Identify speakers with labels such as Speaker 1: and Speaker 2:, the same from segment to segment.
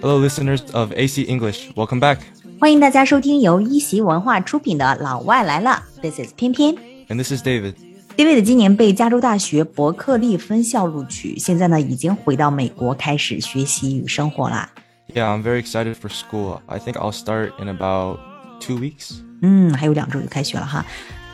Speaker 1: Hello, listeners of AC English. Welcome back.
Speaker 2: 欢迎大家收听由一席文化出品的《老外来了》，This is 偏偏。
Speaker 1: And this is David.
Speaker 2: David 今年被加州大学伯克利分校录取，现在呢已经回到美国开始学习与生活啦。
Speaker 1: Yeah, I'm very excited for school. I think I'll start in about two weeks.
Speaker 2: 嗯，还有两周就开学了哈。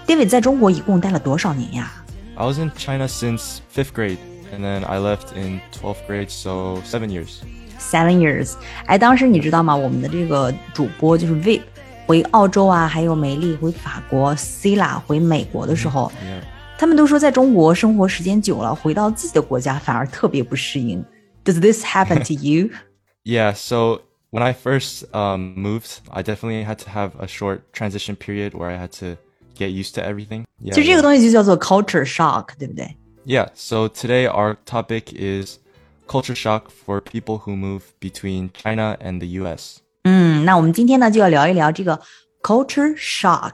Speaker 2: David 在中国一共待了多少年呀？
Speaker 1: I was in China since fifth grade, and then I left in 12th grade, so seven years.
Speaker 2: Seven years。哎，当时你知道吗？我们的这个主播就是 Vip 回澳洲啊，还有美丽回法国，Sila 回美国的时候，
Speaker 1: Yeah.
Speaker 2: 他们都说在中国生活时间久了，回到自己的国家反而特别不适应。Does this happen to you？
Speaker 1: Yeah, so when I first um, moved, I definitely had to have a short transition period where I had to get used to everything. Yeah.
Speaker 2: 就这
Speaker 1: yeah.
Speaker 2: 个东西就叫做 culture shock，对不对？
Speaker 1: Yeah, so today our topic is culture shock for people who move between China and the US.
Speaker 2: 嗯，那我们今天呢就要聊一聊这个 culture shock。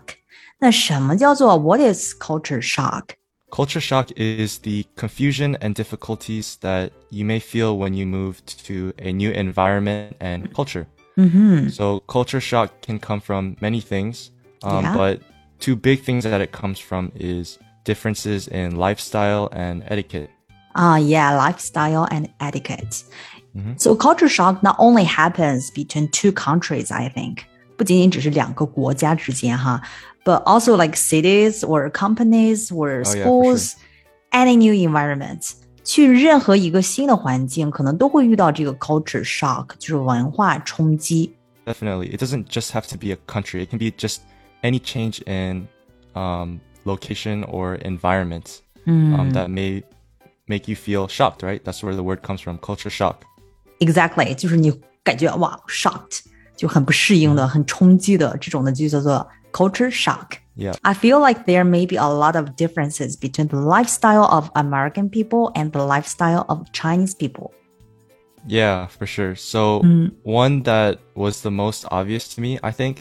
Speaker 2: 那什么叫做 What is culture shock？
Speaker 1: Culture shock is the confusion and difficulties that you may feel when you move to a new environment and culture. Mm-hmm. So, culture shock can come from many things, um,
Speaker 2: Yeah.
Speaker 1: but two big things that it comes from is differences in lifestyle and etiquette.
Speaker 2: 啊、y e a h lifestyle and etiquette.
Speaker 1: Mm-hmm.
Speaker 2: So culture shock not only happens between two countries, I think，不仅仅只是两个国家之间哈，but also like cities or companies or
Speaker 1: Oh, yeah,
Speaker 2: schools,、
Speaker 1: for
Speaker 2: any new environment. 去任何一个新的环境，可能都会遇到这个 culture shock，就是文化冲击。
Speaker 1: Definitely, it doesn't just have to be a country, it can be just any change in um, location or environment um, that may make you feel shocked, right? That's where the word comes from culture shock.
Speaker 2: Exactly，就是你感觉哇 shocked，就很不适应的、
Speaker 1: Mm-hmm。
Speaker 2: 很冲击的这种的，就叫做 culture shock。
Speaker 1: Yeah.
Speaker 2: I feel like there may be a lot of differences between the lifestyle of American people and the lifestyle of Chinese people.
Speaker 1: Yeah, for sure. So one that was the most obvious to me, I think,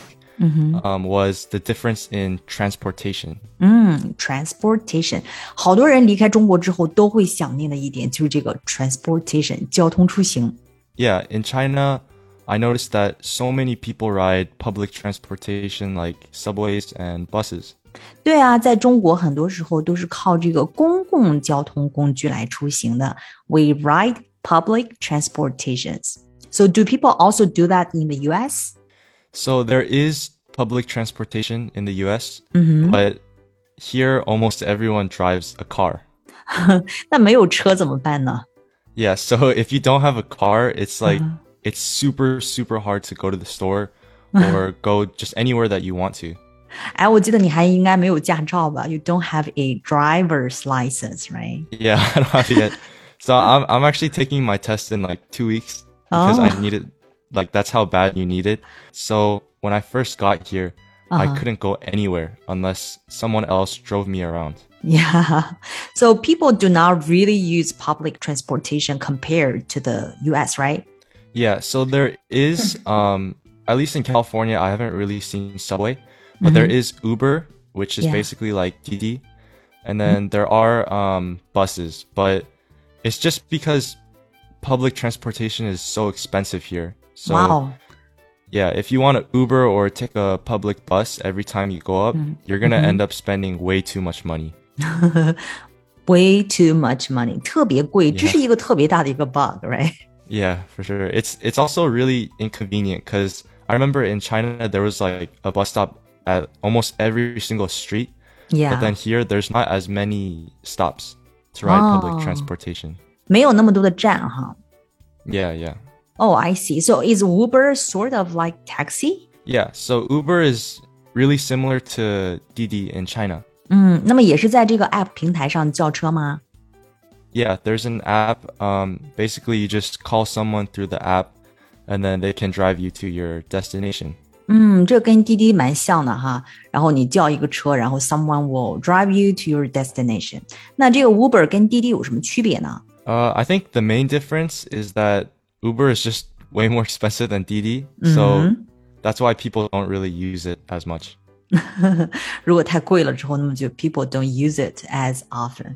Speaker 1: um, was the difference in transportation.
Speaker 2: 嗯，transportation，好多人离开中国之后都会想念的一点就是这个 transportation 交通出行。
Speaker 1: Yeah, in China, I noticed that so many people ride public transportation like subways and buses.
Speaker 2: 对啊，在中国很多时候都是靠这个公共交通工具来出行的。We ride public transportations. So do people also do that in the U.S.?
Speaker 1: So there is public transportation in the U.S., but here almost everyone drives a car.
Speaker 2: 那没有车怎么办呢？
Speaker 1: Yeah, so if you don't have a car, it's like it's super super hard to go to the store or go just anywhere that you want to.
Speaker 2: 哎，我记得你还应该没有驾照吧？You don't have a driver's license, right?
Speaker 1: Yeah, I don't have it yet. so I'm I'm actually taking my test in like two weeks because I
Speaker 2: Oh.
Speaker 1: need it. Like that's how bad you need it. So when I first got here,
Speaker 2: Uh-huh.
Speaker 1: I couldn't go anywhere unless someone else drove me around.
Speaker 2: Yeah. So people do not really use public transportation compared to the U.S., right?
Speaker 1: Yeah. So there is um at least in California, I haven't really seen subway, but there is Uber, which is
Speaker 2: Mm-hmm. Yeah. Mm-hmm.
Speaker 1: basically like DD, and then there are um buses, but it's just because public transportation is so expensive here. So
Speaker 2: wow.
Speaker 1: Yeah, if you want to Uber or take a public bus every time you go up,
Speaker 2: Mm-hmm.
Speaker 1: you're going to end up spending way too much money.
Speaker 2: Way too much money，特别贵，这是一个特别大的一个 bug，right？
Speaker 1: Yeah, for sure. It's it's also really inconvenient cuz I remember in China there was like a bus stop at almost every single street,
Speaker 2: Yeah，
Speaker 1: but then here there's not as many stops to ride
Speaker 2: Oh.
Speaker 1: public transportation.
Speaker 2: 没有那么多的站哈。
Speaker 1: Yeah, yeah.
Speaker 2: Oh, I see. So is Uber sort of like taxi？
Speaker 1: Yeah, so Uber is really similar to Didi in China.
Speaker 2: 嗯，那么也是在这个 app 平台上叫车吗？
Speaker 1: Yeah, there's an app. Um, basically, you just call someone through the app, and then they can drive you to your destination.
Speaker 2: 嗯，这跟滴滴蛮像的哈。然后你叫一个车，然后 someone will drive you to your destination。那这个 Uber 跟滴滴有什么区别呢？
Speaker 1: Uh, I think the main difference is that Uber is just way more expensive than Didi, so that's why people don't really use it as much.
Speaker 2: 如果太贵了之后，那么就 people don't use it as often。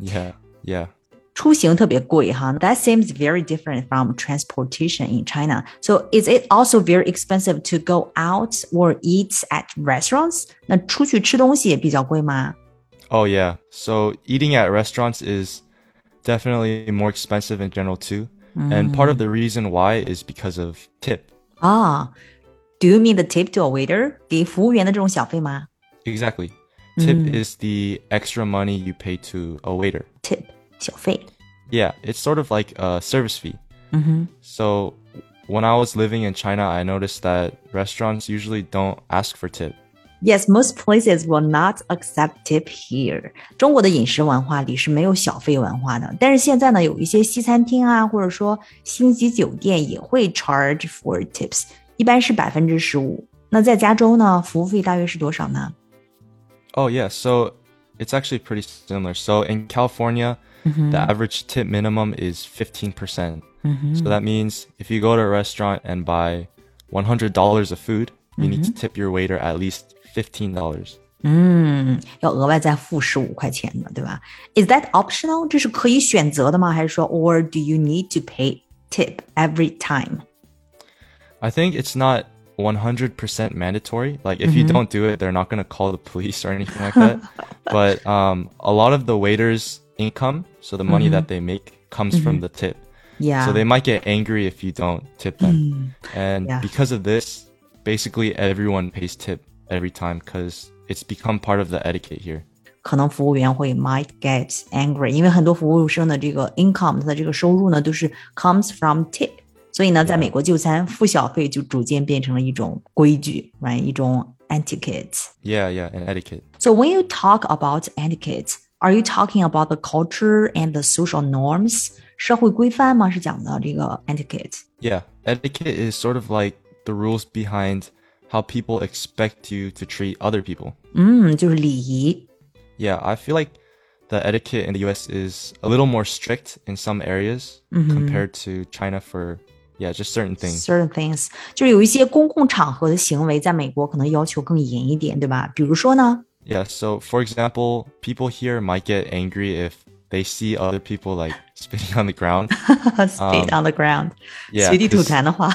Speaker 1: Yeah, yeah.
Speaker 2: 出行特别贵哈，that seems very different from transportation in China. So is it also very expensive to go out or eat at restaurants? 那出去吃东西也比较贵吗？
Speaker 1: Oh yeah. So eating at restaurants is definitely more expensive in general too. And part of the reason why is because of tip.
Speaker 2: 啊、d o you mean the tip to a waiter 给服务员的这种小费吗
Speaker 1: Exactly. Tip is the extra money you pay to a waiter.
Speaker 2: ？tip 小费，
Speaker 1: Yeah, it's sort of like a service fee. So when I was living in China, I noticed that restaurants usually don't ask for tip.
Speaker 2: Yes, most places will not accept tip here. 中国的饮食文化里是没有小费文化的，但是现在呢，有一些西餐厅啊，或者说星级酒店也会 charge for tips，一般是百分之十五。那在加州呢，服务费大约是多少呢？
Speaker 1: Oh yeah, so it's actually pretty similar. So in California, the average tip minimum is 15%. So that means if you go to a restaurant and buy $100 of food, you need to tip your waiter at least $15.
Speaker 2: 嗯，要额外再付十五块钱的，对吧？Is that optional？这是可以选择的吗？还是说，or do you need to pay tip every time？
Speaker 1: I think it's not 100% mandatory. Like, if you
Speaker 2: Mm-hmm.
Speaker 1: don't do it, they're not going to call the police or anything like that. but um, a lot of the waiters' income, so the money that they make, comes from the tip.
Speaker 2: Mm-hmm. Yeah. Mm.
Speaker 1: So they might get angry if you don't tip them. And
Speaker 2: Yeah.
Speaker 1: because of this, basically everyone pays tip every time because it's become part of the etiquette here.
Speaker 2: 可能服务员会 might get angry，因为很多服务生的这个 income，他的这个收入呢都是 comes from tip，所以呢，在美国就餐付小费就逐渐变成了一种规矩，right？一种 etiquette。
Speaker 1: Yeah, yeah, and etiquette.
Speaker 2: So when you talk about etiquette, are you talking about the culture and the social norms？社会规范吗？是讲的这个 etiquette。
Speaker 1: Yeah, etiquette is sort of like the rules behind how people expect you to treat other people.
Speaker 2: 嗯，就是礼仪。
Speaker 1: Yeah, I feel like the etiquette in the US is a little more strict in some areas
Speaker 2: 嗯 Mm-hmm.
Speaker 1: compared to China for, yeah, just certain things.
Speaker 2: certain things，就是有一些公共场合的行为，在美国可能要求更严一点，对吧？比如说呢，
Speaker 1: Yeah, so for example, people here might get angry if they see other people like spitting on the ground.
Speaker 2: spit on the
Speaker 1: Um,
Speaker 2: ground，、
Speaker 1: yeah,
Speaker 2: 随地吐
Speaker 1: 'cause-
Speaker 2: 痰的话，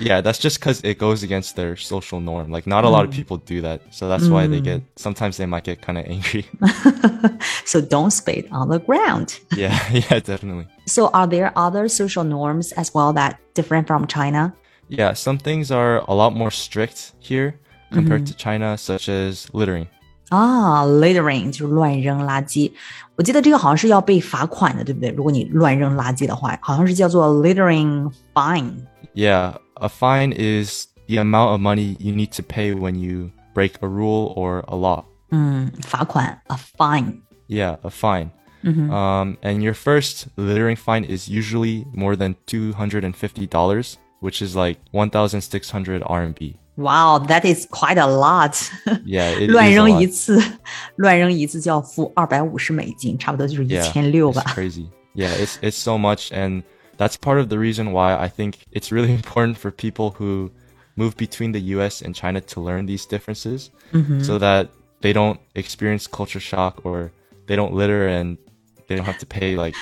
Speaker 1: yeah, that's just because it goes against their social norm. Like, not a lot of people do that. So that's why they get, sometimes they might get kind of angry.
Speaker 2: so don't spit on the ground.
Speaker 1: yeah, yeah, definitely.
Speaker 2: So are there other social norms as well that different from China?
Speaker 1: Yeah, some things are a lot more strict here compared to China, such as littering.
Speaker 2: 啊、l i t t e r i n g 就是乱扔垃圾。我记得这个好像是要被罚款的，对不对？如果你乱扔垃圾的话，好像是叫做 littering fine。
Speaker 1: Yeah, a fine is the amount of money you need to pay when you break a rule or a law.
Speaker 2: 嗯，罚款 a fine。
Speaker 1: Yeah, a fine. Um, and your first littering fine is usually more than $250, which is like 1,600 RMB.
Speaker 2: Wow, that is quite a lot.
Speaker 1: Yeah, it is a
Speaker 2: 乱扔
Speaker 1: lot.
Speaker 2: 一次，乱扔一次就要付二百五十美金，差不多就是一
Speaker 1: Yeah,
Speaker 2: 千六
Speaker 1: it's
Speaker 2: 吧。
Speaker 1: crazy. Yeah, it's it's so much, and that's part of the reason why I think it's really important for people who move between the U.S. and China to learn these differences, so that they don't experience culture shock or they don't litter and they don't have to pay like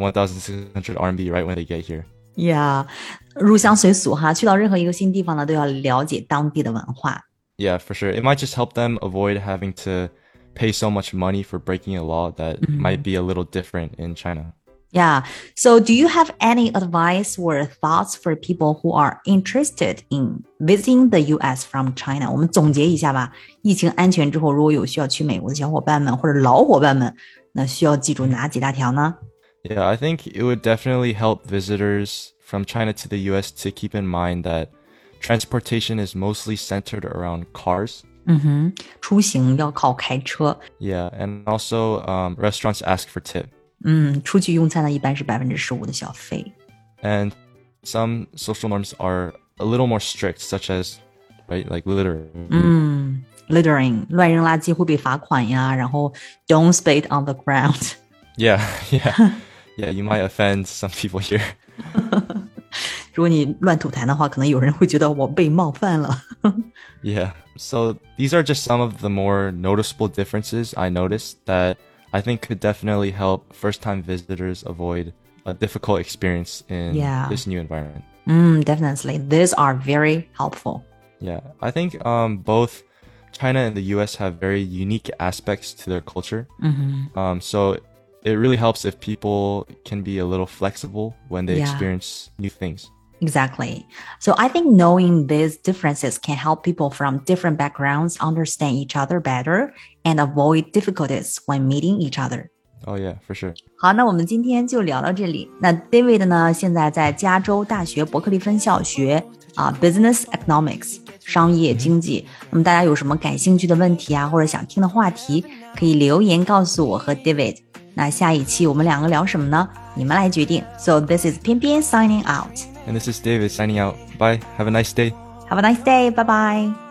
Speaker 1: 1,600 RMB right when they get here.
Speaker 2: Yeah，入乡随俗哈，去到任何一个新地方呢，都要了解当地的文化。
Speaker 1: Yeah, for sure. It might just help them avoid having to pay so much money for breaking a law that might be a little different in China.
Speaker 2: Yeah. So, do you have any advice or thoughts for people who are interested in visiting the U.S. from China？我们总结一下吧。疫情安全之后，如果有需要去美国的小伙伴们或者老伙伴们，那需要记住哪几大条呢？
Speaker 1: Yeah, I think it would definitely help visitors from China to the US to keep in mind that transportation is mostly centered around cars.
Speaker 2: 嗯哼，出行要靠开车。
Speaker 1: Yeah, and also um, restaurants ask for tip.
Speaker 2: 嗯，出去用餐呢，一般是百分之十五的小费。
Speaker 1: And some social norms are a little more strict, such as, right, like litter.
Speaker 2: 嗯，littering 乱扔垃圾会被罚款呀，然后 don't spit on the ground。
Speaker 1: Yeah, yeah. yeah, you might offend some people here.
Speaker 2: 如果你乱吐痰的话，可能有人会觉得我被冒犯了。
Speaker 1: Yeah. So these are just some of the more noticeable differences I noticed that I think could definitely help first time visitors avoid a difficult experience in
Speaker 2: Yeah.
Speaker 1: this new environment.
Speaker 2: Mm, definitely. These are very helpful.
Speaker 1: Yeah, I think um, both China and the US have very unique aspects to their culture.
Speaker 2: Mm-hmm.
Speaker 1: Um, so it really helps if people can be a little flexible when they
Speaker 2: Yeah.
Speaker 1: experience new things.
Speaker 2: Exactly. So I think knowing these differences can help people from different backgrounds understand each other better and avoid difficulties when meeting each other.
Speaker 1: Oh, yeah, for sure.
Speaker 2: 好，那我们今天就聊到这里。那 David 呢，现在在加州大学伯克利分校学啊、Business Economics 商业经济。那么大家有什么感兴趣的问题啊，或者想听的话题，可以留言告诉我和 David。那下一期我们两个聊什么呢？你们来决定。So this is 偏偏 signing out.
Speaker 1: And this is David signing out. Bye. Have a nice day.
Speaker 2: Have a nice day. Bye bye.